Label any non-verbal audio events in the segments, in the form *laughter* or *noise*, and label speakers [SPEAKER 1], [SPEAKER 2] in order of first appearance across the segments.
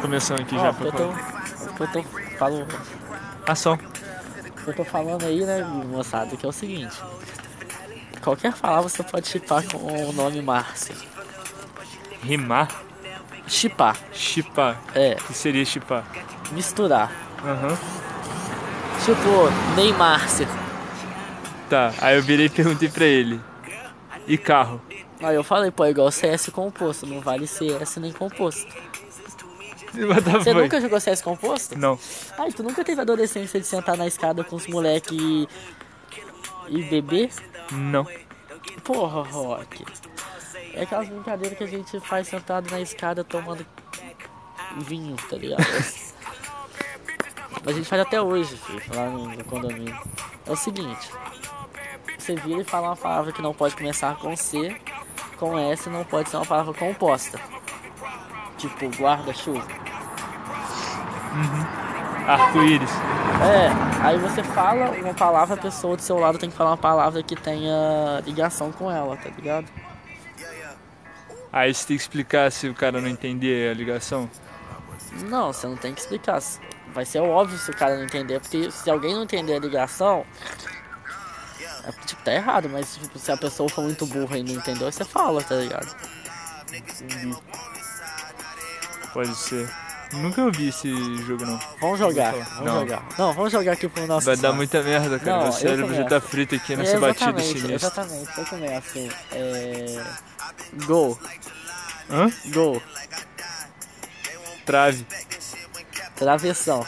[SPEAKER 1] começando aqui
[SPEAKER 2] Ó,
[SPEAKER 1] já.
[SPEAKER 2] o que eu
[SPEAKER 1] pra
[SPEAKER 2] tô,
[SPEAKER 1] falar.
[SPEAKER 2] o que eu tô falando,
[SPEAKER 1] Ah, só.
[SPEAKER 2] o que eu tô falando aí, né, moçada, que é o seguinte. Qualquer palavra você pode chipar com o nome Márcia.
[SPEAKER 1] Rimar,
[SPEAKER 2] Chipar,
[SPEAKER 1] chipar.
[SPEAKER 2] é,
[SPEAKER 1] O que seria chipar?
[SPEAKER 2] misturar.
[SPEAKER 1] Aham.
[SPEAKER 2] Tipo, Neymarcia.
[SPEAKER 1] Tá, aí eu virei e perguntei pra ele. E carro? *laughs*
[SPEAKER 2] Aí eu falei, pô, é igual CS composto, não vale CS nem composto.
[SPEAKER 1] What the
[SPEAKER 2] Você
[SPEAKER 1] fuck?
[SPEAKER 2] nunca jogou CS composto?
[SPEAKER 1] Não.
[SPEAKER 2] Ai, tu nunca teve adolescência de sentar na escada com os moleque e... e beber?
[SPEAKER 1] Não.
[SPEAKER 2] Porra, Rock. É aquelas brincadeiras que a gente faz sentado na escada tomando vinho, tá ligado? a gente faz até hoje, filho, lá no, no condomínio. É o seguinte. Você vira e fala uma palavra que não pode começar com C, com S, não pode ser uma palavra composta. Tipo, guarda-chuva.
[SPEAKER 1] Arco-íris.
[SPEAKER 2] É, aí você fala uma palavra, a pessoa do seu lado tem que falar uma palavra que tenha ligação com ela, tá ligado?
[SPEAKER 1] Aí você tem que explicar se o cara não entender a ligação.
[SPEAKER 2] Não, você não tem que explicar. Vai ser óbvio se o cara não entender, porque se alguém não entender a ligação. É, tipo, tá errado, mas tipo, se a pessoa for muito burra e não entendeu, aí você fala, tá ligado?
[SPEAKER 1] Pode ser. Nunca ouvi esse jogo, não.
[SPEAKER 2] Vamos jogar,
[SPEAKER 1] Não.
[SPEAKER 2] vamos jogar. Não, vamos jogar aqui pro nosso.
[SPEAKER 1] Vai dar
[SPEAKER 2] site.
[SPEAKER 1] muita merda, cara.
[SPEAKER 2] Não,
[SPEAKER 1] Meu
[SPEAKER 2] eu
[SPEAKER 1] cérebro já
[SPEAKER 2] começo.
[SPEAKER 1] tá frito aqui
[SPEAKER 2] É,
[SPEAKER 1] nessa batida
[SPEAKER 2] exatamente,
[SPEAKER 1] sinistra.
[SPEAKER 2] exatamente, eu começo. É. Gol,
[SPEAKER 1] Hã?
[SPEAKER 2] gol,
[SPEAKER 1] Trave.
[SPEAKER 2] travessão.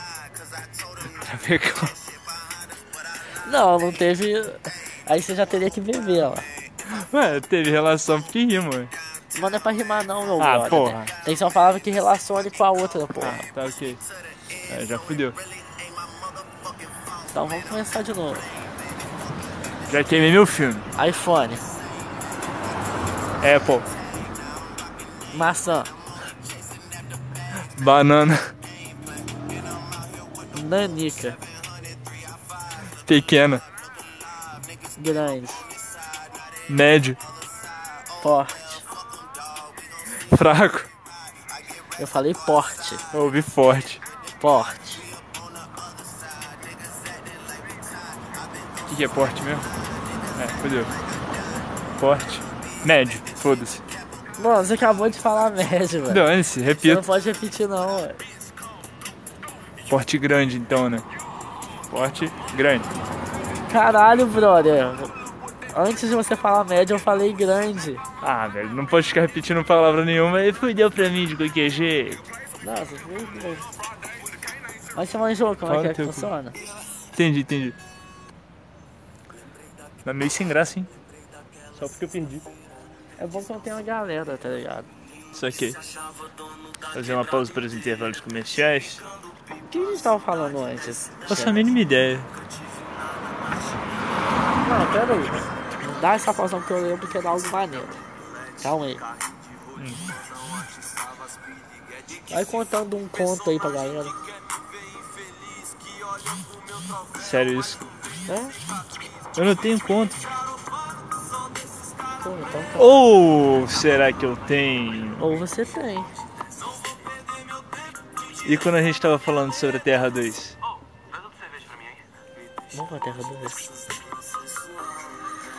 [SPEAKER 1] Travecão. *laughs*
[SPEAKER 2] Não, não teve. Aí você já teria que beber, ó.
[SPEAKER 1] Ué, teve relação porque rima, ué.
[SPEAKER 2] Mas não é pra rimar, não, meu
[SPEAKER 1] Ah,
[SPEAKER 2] brother.
[SPEAKER 1] porra.
[SPEAKER 2] Tem- Tem que ser uma palavra que relacione com a outra, porra.
[SPEAKER 1] Ah, tá ok. É, já fudeu.
[SPEAKER 2] Então vamos começar de novo.
[SPEAKER 1] Já queimei meu filme.
[SPEAKER 2] iPhone,
[SPEAKER 1] Apple.
[SPEAKER 2] maçã,
[SPEAKER 1] Banana. *laughs*
[SPEAKER 2] nanica,
[SPEAKER 1] Pequena.
[SPEAKER 2] grande,
[SPEAKER 1] Médio.
[SPEAKER 2] porte.
[SPEAKER 1] Fraco. *laughs*
[SPEAKER 2] Eu falei porte,
[SPEAKER 1] Eu ouvi forte.
[SPEAKER 2] porte.
[SPEAKER 1] O que, que é porte mesmo? É, fudeu. Porte. Médio. Foda-se.
[SPEAKER 2] Mano, você acabou de falar médio, velho.
[SPEAKER 1] Dane-se,
[SPEAKER 2] Você
[SPEAKER 1] repito.
[SPEAKER 2] não pode repetir, não, velho.
[SPEAKER 1] Porte grande, então, né? Porte grande.
[SPEAKER 2] Caralho, brother. Antes de você falar médio, eu falei grande.
[SPEAKER 1] Ah, velho, não pode ficar repetindo palavra nenhuma e fudeu pra mim de qualquer jeito.
[SPEAKER 2] Nossa, meu Deus. Mas você manjou, como
[SPEAKER 1] Fala
[SPEAKER 2] é que, é que
[SPEAKER 1] teu cu.
[SPEAKER 2] funciona?
[SPEAKER 1] Entendi, entendi. Mas meio sem graça, hein? Só porque eu perdi.
[SPEAKER 2] É bom que eu tenho uma galera, tá ligado?
[SPEAKER 1] Isso aqui. Fazer uma pausa para os intervalos comerciais.
[SPEAKER 2] O que a gente tava falando antes?
[SPEAKER 1] Faço a mínima ideia.
[SPEAKER 2] Não, pera aí. Não dá essa pausa que eu lembro que era algo maneiro. Então, Calma aí. Vai contando um conto aí pra galera.
[SPEAKER 1] Sério isso.
[SPEAKER 2] Né?
[SPEAKER 1] Eu não tenho conta.
[SPEAKER 2] Pô, então tá.
[SPEAKER 1] Ou será que eu tenho?
[SPEAKER 2] Ou você tem.
[SPEAKER 1] E quando a gente tava falando sobre a Terra 2?
[SPEAKER 2] Não pra terra do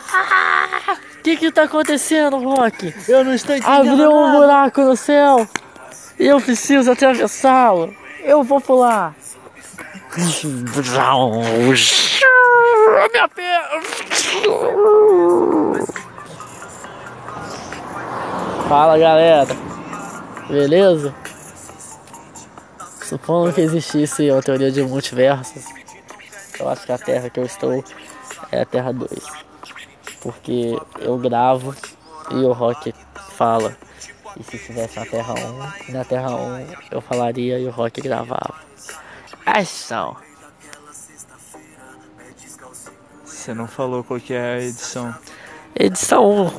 [SPEAKER 2] O *laughs* que que tá acontecendo, Rock?
[SPEAKER 1] Eu não estou
[SPEAKER 2] Abriu um buraco no céu. E eu preciso atravessá-lo. Eu vou pular. Minha perna. Fala galera. Beleza? Supondo que existisse uma teoria de multiversos, eu acho que a Terra que eu estou é a Terra 2. Porque eu gravo e o Rock fala. E se tivesse na Terra 1, na Terra 1 eu falaria e o Rock gravava. Ação!
[SPEAKER 1] Você não falou qual que é a edição.
[SPEAKER 2] Edição 1.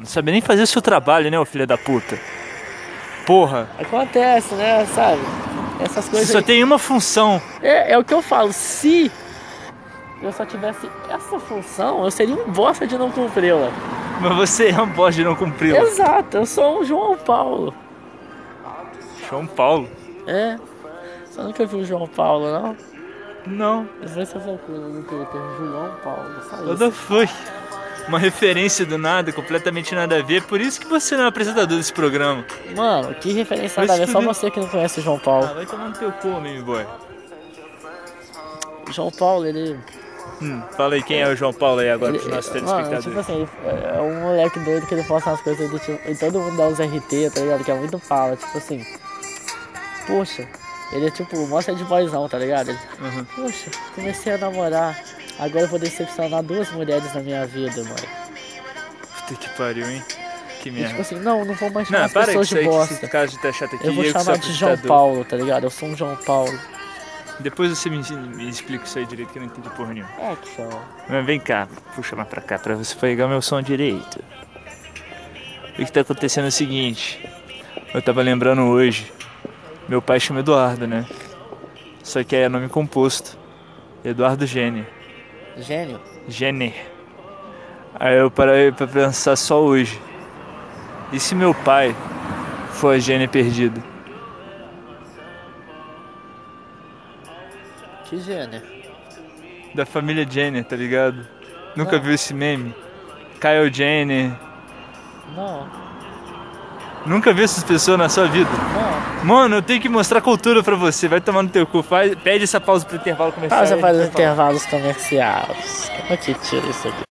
[SPEAKER 1] Não sabia nem fazer o seu trabalho, né, ô filha da puta? Porra,
[SPEAKER 2] Acontece, né? Sabe? Essas
[SPEAKER 1] você
[SPEAKER 2] coisas.
[SPEAKER 1] só
[SPEAKER 2] aí.
[SPEAKER 1] tem uma função.
[SPEAKER 2] É, é o que eu falo. Se eu só tivesse essa função, eu seria um bosta de não cumpri-la.
[SPEAKER 1] Mas você é um bosta de não cumpri-la.
[SPEAKER 2] Exato, eu sou um João Paulo.
[SPEAKER 1] João Paulo.
[SPEAKER 2] É. Você nunca viu o João Paulo, não?
[SPEAKER 1] Não,
[SPEAKER 2] Depois você procura no Twitter, João Paulo, só
[SPEAKER 1] what the
[SPEAKER 2] isso.
[SPEAKER 1] fuck? Uma referência do nada, completamente nada a ver. Por isso que você não é apresentador desse programa.
[SPEAKER 2] Mano, que referência
[SPEAKER 1] Vai
[SPEAKER 2] nada a ver,
[SPEAKER 1] se
[SPEAKER 2] só
[SPEAKER 1] fuder.
[SPEAKER 2] você que não conhece o João Paulo.
[SPEAKER 1] Ah, vai tomar no teu cu, meme boy.
[SPEAKER 2] O João Paulo, ele.
[SPEAKER 1] Hum, fala aí quem é o João Paulo aí agora
[SPEAKER 2] ele
[SPEAKER 1] pros nossos
[SPEAKER 2] mano, tipo
[SPEAKER 1] telespectadores.
[SPEAKER 2] assim, é é um moleque doido que ele posta umas coisas do tipo. E todo mundo dá uns RT, tá ligado? Que é muito fala, tipo assim. Poxa, ele é tipo, mostra de boyzão, tá ligado? Ele,
[SPEAKER 1] Uhum.
[SPEAKER 2] Poxa, comecei a namorar. Agora eu vou decepcionar duas mulheres na minha vida, mano.
[SPEAKER 1] Puta que pariu, hein? Que
[SPEAKER 2] E tipo
[SPEAKER 1] merda.
[SPEAKER 2] assim, não, não vou mais chamar
[SPEAKER 1] É. Não,
[SPEAKER 2] as
[SPEAKER 1] para com
[SPEAKER 2] pessoas
[SPEAKER 1] isso aí,
[SPEAKER 2] de
[SPEAKER 1] que
[SPEAKER 2] bosta.
[SPEAKER 1] esse caso de tá chato aqui.
[SPEAKER 2] Eu vou
[SPEAKER 1] que sou
[SPEAKER 2] chamar de João
[SPEAKER 1] apresentador.
[SPEAKER 2] Paulo, tá ligado? Eu sou um João Paulo.
[SPEAKER 1] Depois você me, me explica isso aí direito, que eu não entendi porra nenhuma.
[SPEAKER 2] Action.
[SPEAKER 1] Mas vem cá, puxa mais pra cá, pra você pegar meu som direito. O que tá acontecendo é o seguinte. Eu tava lembrando hoje. Meu pai chama Eduardo, né? Só que é nome composto. Eduardo Gênio.
[SPEAKER 2] Gênio.
[SPEAKER 1] Jenner. Aí eu parei pra pensar só hoje. E se meu pai for a Jenner perdida?
[SPEAKER 2] Que gênio?
[SPEAKER 1] Da família Jenner, tá ligado? Nunca
[SPEAKER 2] Não.
[SPEAKER 1] viu esse meme? Kyle Jenner.
[SPEAKER 2] Não,
[SPEAKER 1] Nunca viu essas pessoas na sua vida?
[SPEAKER 2] não.
[SPEAKER 1] Mano, eu tenho que mostrar cultura pra você. Vai tomar no teu cu. Faz, pede essa pausa pro intervalo comercial.
[SPEAKER 2] Pausa
[SPEAKER 1] e a
[SPEAKER 2] para os
[SPEAKER 1] gente vai falar.
[SPEAKER 2] intervalos comerciais. Como é que tira isso aqui?